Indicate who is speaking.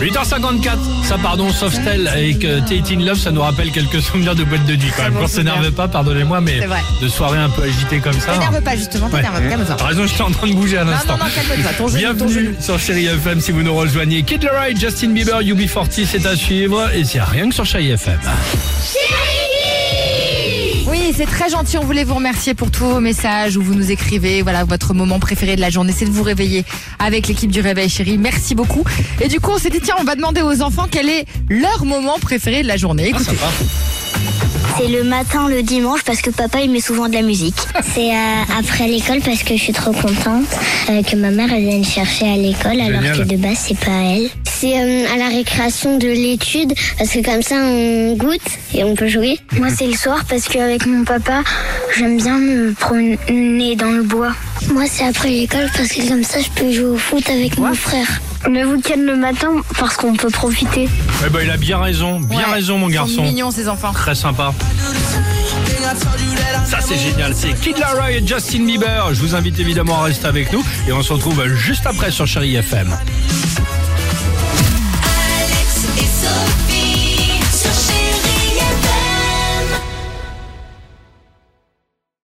Speaker 1: 8h54, ça pardon, Softel avec euh, Tate in Love, ça nous rappelle quelques souvenirs de boîte de nuit quand même.
Speaker 2: bon
Speaker 1: Qu'on
Speaker 2: souvenir.
Speaker 1: s'énerve pas, pardonnez-moi, mais
Speaker 2: C'est vrai.
Speaker 1: de soirée un peu agitée comme ça. hein.
Speaker 2: T'énerve pas justement,
Speaker 1: Ouais.
Speaker 2: t'énerve, calme-toi.
Speaker 1: T'as raison, j'étais en train de bouger à
Speaker 2: Non,
Speaker 1: l'instant.
Speaker 2: non, non, calme-toi, ton genou, ton genou.
Speaker 1: Bienvenue sur Chéri FM si vous nous rejoignez. Kid Laroi, Justin Bieber, UB40, c'est à suivre. Et c'est à rien que sur Chéri FM.
Speaker 2: Oui, c'est très gentil. On voulait vous remercier pour tous vos messages où vous nous écrivez. Voilà, votre moment préféré de la journée, c'est de vous réveiller avec l'équipe du Réveil Chéri. Merci beaucoup. Et du coup, on s'est dit, tiens, on va demander aux enfants quel est leur moment préféré de la journée.
Speaker 1: Ah,
Speaker 2: Écoutez.
Speaker 1: sympa.
Speaker 3: C'est le matin, le dimanche, parce que papa, il met souvent de la musique. C'est euh, après l'école, parce que je suis trop contente euh, que ma mère, elle vienne chercher à l'école, alors
Speaker 1: Génial.
Speaker 3: que de base, c'est pas elle. C'est euh, à la récréation de l'étude, parce que comme ça, on goûte et on peut jouer. Moi, c'est le soir, parce qu'avec mon papa, j'aime bien me promener dans le bois. Moi, c'est après l'école, parce que comme ça, je peux jouer au foot avec mon frère. Le week-end le matin, parce qu'on peut profiter.
Speaker 1: Eh ben, il a bien raison, bien
Speaker 2: Ouais,
Speaker 1: raison, mon
Speaker 2: ils sont
Speaker 1: garçon.
Speaker 2: mignons, ces enfants.
Speaker 1: Très sympa. Ça c'est génial, c'est Kid Laroi et Justin Bieber. Je vous invite évidemment à rester avec nous et on se retrouve juste après sur Chéri FM.